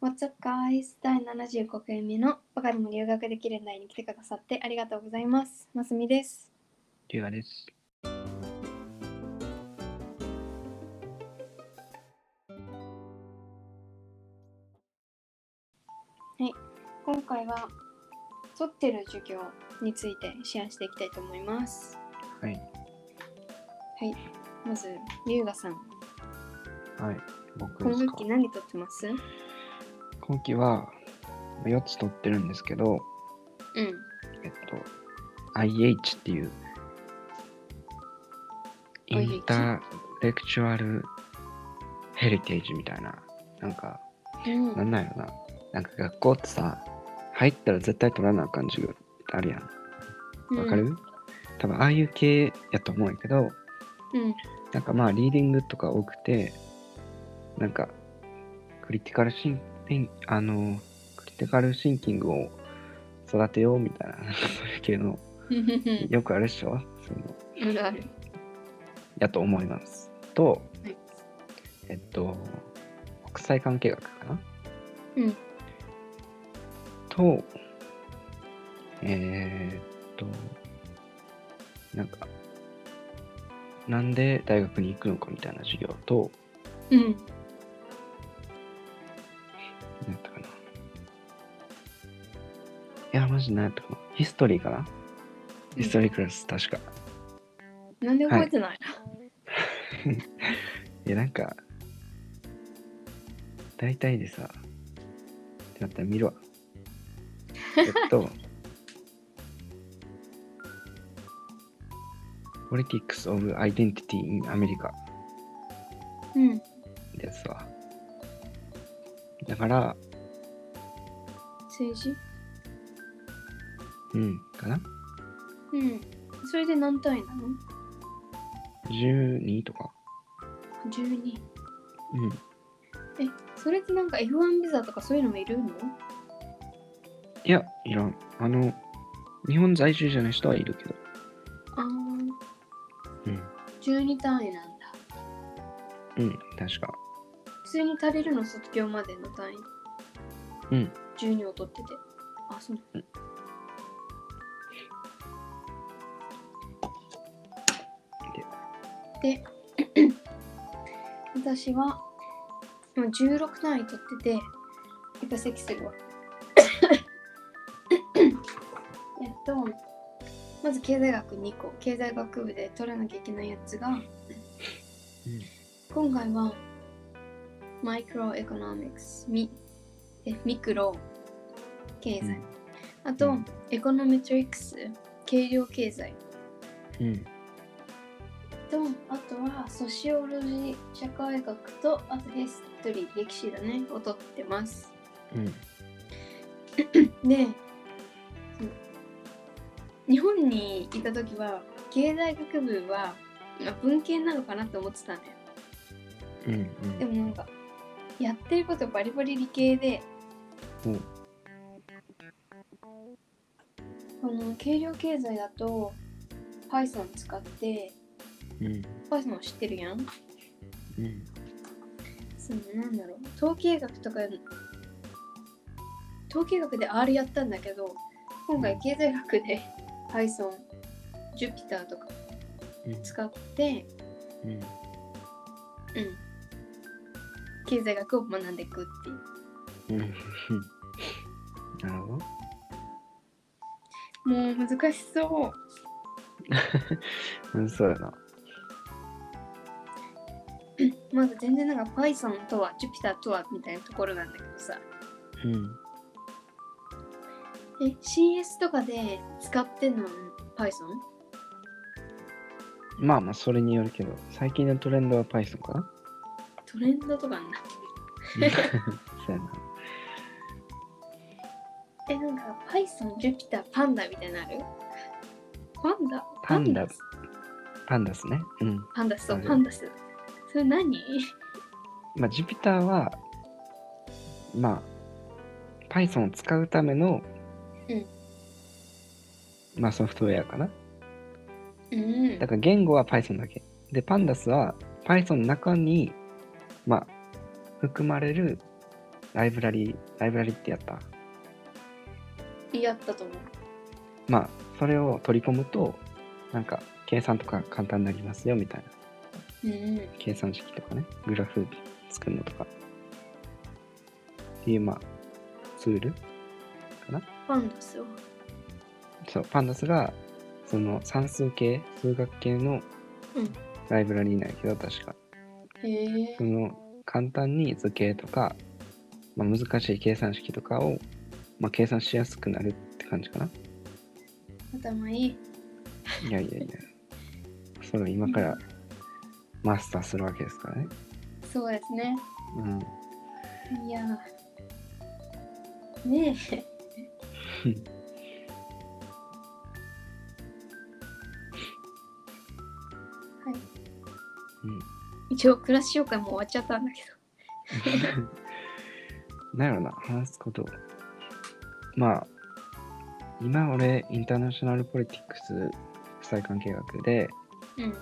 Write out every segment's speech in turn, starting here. What's up, guys? 第75回目のバカでも留学できる台に来てくださってありがとうございます。ますみです。りゅうがです。今回は、取ってる授業についてシェアしていきたいと思います。はい。はい。まず、りゅうがさん、はい。僕こでのすか時何取ってますうん。今期は4つ取ってるんですけど、えっと、IH っていう、イ IH ンターレクチュアルヘリテージみたいな、なんか、うん。なんなんやろな。なんか学校ってさ、入ったら絶対取らなあかん授業あるやん。わかる、多分、ああいう系やと思うんやけど、うん。なんかまあリーディングとか多くて、なんかクリティカルシンピンあのクリティカルシンキングを育てようみたいな、なんかそういう系のうん。よくあるっしょそういうのあるある。やと思います。とはい、えっと、国際関係学かなうん。と、えーっと、なんか、なんで大学に行くのかみたいな授業と、うん。何やったかな。いや、マジ何やったかな。ヒストリーかな、ヒストリークラス、確か。なんで覚えてない、いや、なんか、大体でさ、ってなったら見るわ。えっと、Politics of Identity in America うん。ですわ。だから、政治うん、かなうん。それで何単位なの ?12 とか。 ?12。うん。え、それってなんか F1 ビザとかそういうのもいるのいや、いらん。あの、日本在住じゃない人はいるけど。あーうん。 12単位なんだうん、確か。普通に足りるの卒業までの単位うん12を取っててあそううなんんで 私はまあ16単位取っててやっぱ席するわ えっとまず経済学2個経済学部で取らなきゃいけないやつが今回はマイクロエコノミクスミえミクロ経済、あと、うんエコノメトリクス軽量経済うん。とあとはソシオロジー社会学とあとヒストリー歴史だねを取ってますうん。でその日本にいた時は経済学部は、まあ、文系なのかなと思ってたのようん。うん。でもなんかやってることバリバリ理系でうんこの軽量経済だと Python 使ってうん。 Python を知ってるやんうん。そのなんだろう統計学とか統計学で R やったんだけど今回経済学で Python、Jupyter とかうん。使って、うん。うん、経済学を学んでいくっていううん。なるほど。もう難しそううん、そうやな。まだ全然なんか Python とは Jupyter とはみたいなところなんだけどさうん。え CS とかで使ってんの Python? まあまあ、それによるけど、最近のトレンドは Python かなトレンドとかになそうやな。えなんか Python、Jupyter、Panda みたいなのあるパンダパンダパンダスね。うん。パンダそうあるパンダスそれ何まあ、Jupyter は、まあ、Python を使うための、うんまあ、ソフトウェアかな。うんだから言語は Python だけ。で、Pandas は Python の中に、まあ、含まれるライブラリー、ライブラリーってやったやったと思う。まあ、それを取り込むと、なんか、計算とか簡単になりますよみたいな。うんうん。計算式とかね、グラフ作るのとか。っていう、まあ、ツールパンダスは。そう、パンダスが、その算数系、数学系のうんライブラリーなんやけど、確か。へえそ。の簡単に図形とか、まあ、難しい計算式とかを、まあ、計算しやすくなるって感じかな。頭いい。いやいやいや。それを今からマスターするわけですからね。そうですね。うん。 いやー。ねえ。はい。一応クラス紹介も終わっちゃったんだけうん。なんやろな、話すこと。まあ、今俺、インターナショナルポリティクス国際関係学でど。うん。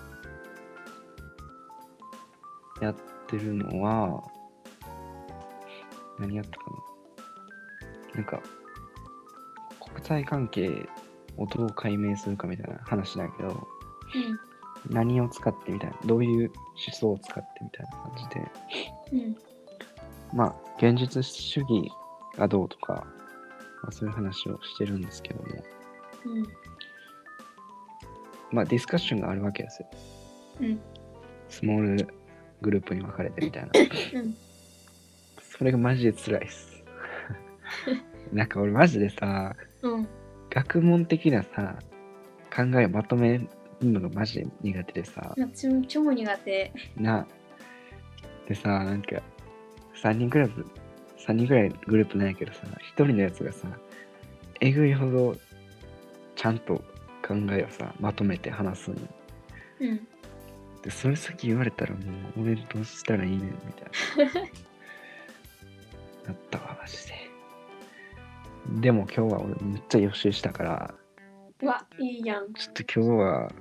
やってるのは、何やったかな。なんか、国際関係をどう解明するかみたいな話だけど、何を使ってみたいなどういう思想を使ってみたいな感じでうん。うん。まあ現実主義がどうとか、まあ、そういう話をしてるんですけどもうん。まあディスカッションがあるわけですようん。スモールグループに分かれてみたいなうん。それがマジで辛いっすなんか俺マジでさうん。学問的なさ考えをまとめるのがマジで苦手でさ私も超苦手。なでさなんか3人グループ3人ぐらいグループなんやけどさ1人のやつがさえぐいほどちゃんと考えをさまとめて話すんようん。でそれ先言われたらもう俺どうしたらいいねんみたいななったわマジででも今日は俺めっちゃ予習したからうわ、いいやん。ちょっと今日は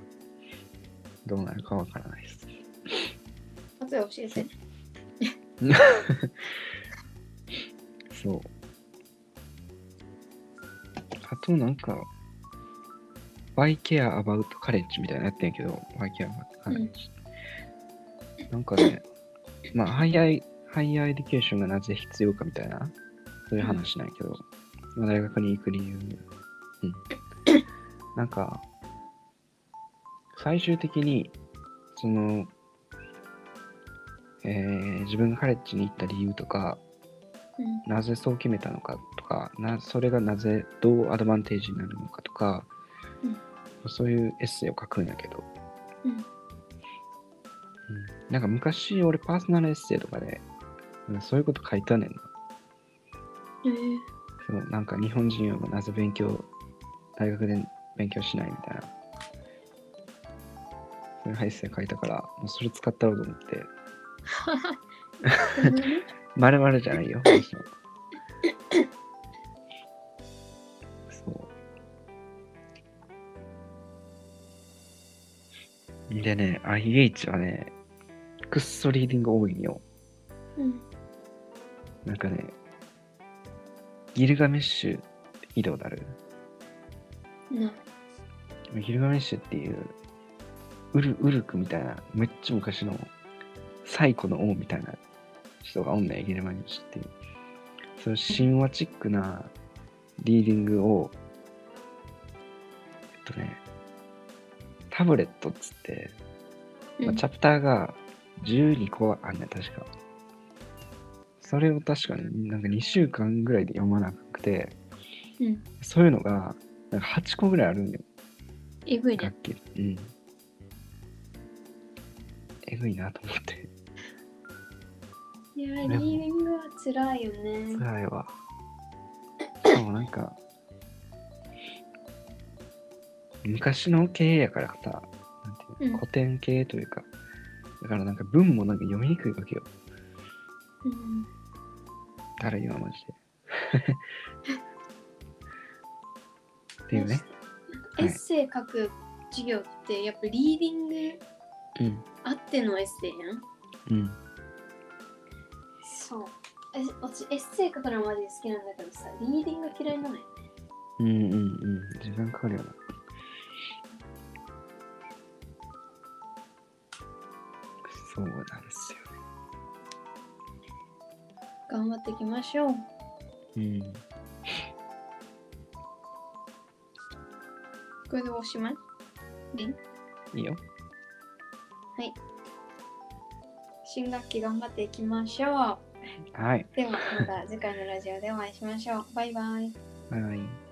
どうなるかわからないっす後で教えて。そう。あとなんか、Why Care About College みたいなのやってんやけど、Why Care About College。なんかね、まあ、ハイアイ、ハイアーエデュケーションがなぜ必要かみたいな、そういう話なんやけど、まあ大学に行く理由。うん。なんか、最終的に、その、えー自分がカレッジに行った理由とか、うん。なぜそう決めたのかとかなそれがなぜどうアドバンテージになるのかとか、うんそういうエッセイを書くんだけど、うんうんなんか昔俺パーソナルエッセイとかでなんかそういうこと書いたねんなえー、そのなんか日本人はなぜ勉強大学で勉強しないみたいなそういうエッセイ書いたからもうそれ使ったろうと思ってごめんねまるまるじゃないよ。私のそう。でね、IH はね、くっそリーディング多いんよ。うん。なんかね、ギルガメッシュって聞いたことあるな、ギルガメッシュっていう、ウルウルクみたいな、めっちゃ昔の最古の王みたいな人がおんねん、ギルガメッシュっていう。その神話チックなリーディングを、えっとね、タブレットっつって、うんまあチャプターが12個あんねん、確か。それを確かになんか2週間ぐらいで読まなくて、うん。そういうのがなんか8個ぐらいあるんだよえぐいね。楽器うんえぐいなと思っていやー、リーディングは辛いよね。辛いわしかもなんか昔の経営やからさなんていううのん古典系というかだからなんか文もなんか読みにくいわけようん。だるいわマジ でっていうねエッセイ書く授業って、やっぱリーディングうんあってのエッセイやん。うんそう。え私エッセイ書くのマジで好きなんだけどさリーディング嫌いなのようんうんうん。時間かかるよな。そうなんですよ。頑張っていきましょううん。これでおしまいいいよ。新学期頑張っていきましょうはい。ではまた次回のラジオでお会いしましょうバイバイバイバイ。